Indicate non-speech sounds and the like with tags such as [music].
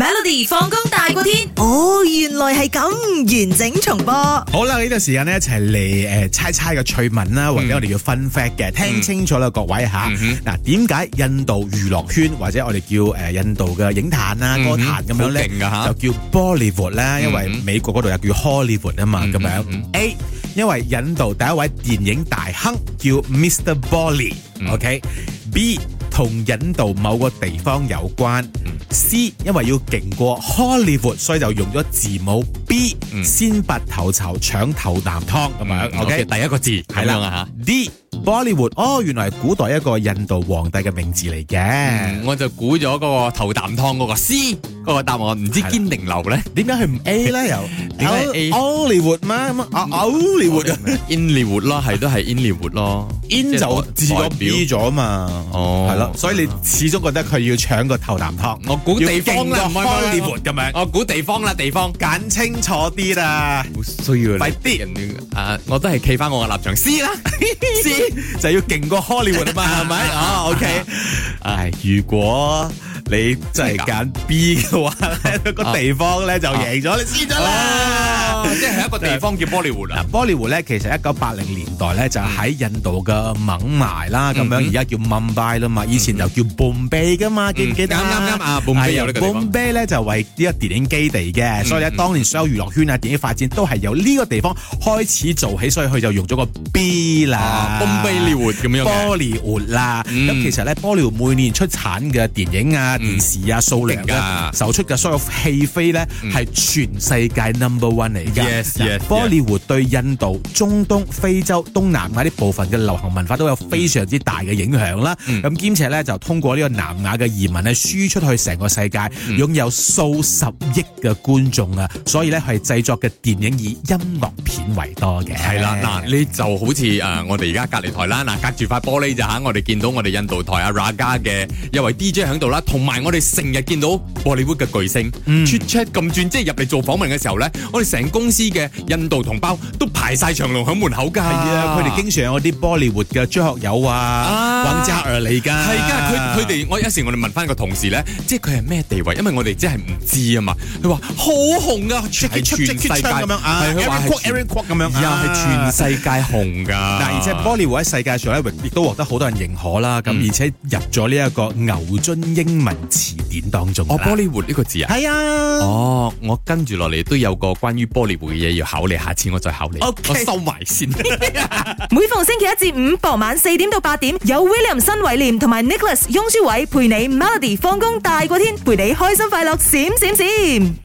Melody 放工大過天，哦，原來係咁，完整重播。好啦，呢段時間咧一齊嚟誒呃猜猜嘅趣聞啦，或者我哋叫 fun fact 嘅，聽清楚啦各位吓。嗯嗱，點解印度娛樂圈或者我哋叫誒印度嘅影壇啊、嗯歌壇咁樣咧，好勁㗎吓就叫 Bollywood 啦，因為美國嗰度又叫 Hollywood 啊嘛，咁樣。A，因為印度第一位電影大亨叫 Mr. Bolly，OK。B 同印度某個地方有關。C 因為要勁過 Hollywood，所以就用咗字母 B，嗯先拔頭籌搶頭啖湯咁樣。 OK， OK，第一個字係係啦啦啊 D Bollywood，哦，原來係古代一個印度皇帝嘅名字嚟吓，嘅嗯。我就估咗嗰個頭啖湯嗰個 C 嗰個答案，唔知係啦堅定流咧點解佢唔 A 咧？ [laughs] 又點解係 A？ Hollywood 嘛？咁啊，Hollywood 啊 Inlywood 咯，[laughs] 係都係 Inlywood 咯，In 就自代咗表 B 咗嘛。哦係咯，所以你始終覺得佢要搶個頭啖湯。我估地方啦要勁過唔係唔係 Hollywood 咁樣。我估地方啦，地方揀清楚啲啦，好需要快快啲啲人哋啊！我都係企翻我嘅立場 [laughs] C 啦，C 就要勁過 Hollywood 啊嘛，係 [laughs] 咪？哦，OK。唉，如果你真係揀 B 嘅話咧，個地方咧就贏咗，你輸咗啦。哦，即係一個地方叫 Bollywood 啊。玻璃湖咧，其實一九八零年代咧就喺印度嘅孟買啦，嗯咁樣而家叫 Mumbai 啦嘛，以前就叫 Bombay 噶嘛，記唔記得啊？嗯啱啱啱啊，Bombay 有呢個地方嗯 Bombay 咧就為呢個電影基地嘅，所以咧當年所有娛樂圈啊、電影發展都係由呢個地方開始做起，所以佢就用咗個 B 啦啊，，Bollywood 咁樣嘅。玻璃活啦，嗯咁其實咧，玻璃活每年出產嘅電影啊、電嗯視啊數量勁咧，㗎嗯售出嘅所有戲飛咧係全世界 number one 嚟㗎。 Yes, yes, 玻璃活對印度、中東、非洲、東南亞呢部分嘅流行文化都有非常之大嘅影響啦。嗯咁兼且咧就通過呢個南亞嘅移民咧輸出去成個世界，嗯擁有數十億嘅觀眾啊，所以咧係製作嘅電影以音樂片為多嘅。係啦，嗱，你就好似誒、呃我哋而家隔離台啦，嗱，隔住塊玻璃咋嚇，我哋見到我哋印度台啊 Raga 嘅一位 DJ 喺度啦，同埋我哋成日見到玻璃 d 嘅巨星嗯 c h 咁轉，即係入嚟做訪問嘅時候咧，我哋成公司嘅印度同胞都排晒長龍喺門口㗎。係係啊，佢哋經常有啲玻璃活嘅張學友啊、啊尹澤啊嚟㗎。係㗎，啊佢佢哋我有時我哋問翻個同事咧，即係佢係咩地位，因為我哋真係唔知啊嘛。佢話好紅㗎，係全世界咁樣啊係佢話係 Eric 全 Kwok，Eric Kwok 咁樣又啊係全世界紅㗎。嗱，而且玻璃活喺世界上咧，亦都獲得好多人認可啦。咁、嗯而且入咗呢一個牛津英文詞典當中㗎哦，啦。玻璃活呢個字啊。係啊，哦，我跟住落嚟都有個關於玻璃活嘅嘢要考慮，下次我再考慮。 OK 我收埋先。每逢星期一至五傍晚四點到八點，有 William 新偉廉同埋 Nicholas 雍舒偉陪你 Melody 放工大過天，陪你開心快樂閃閃閃。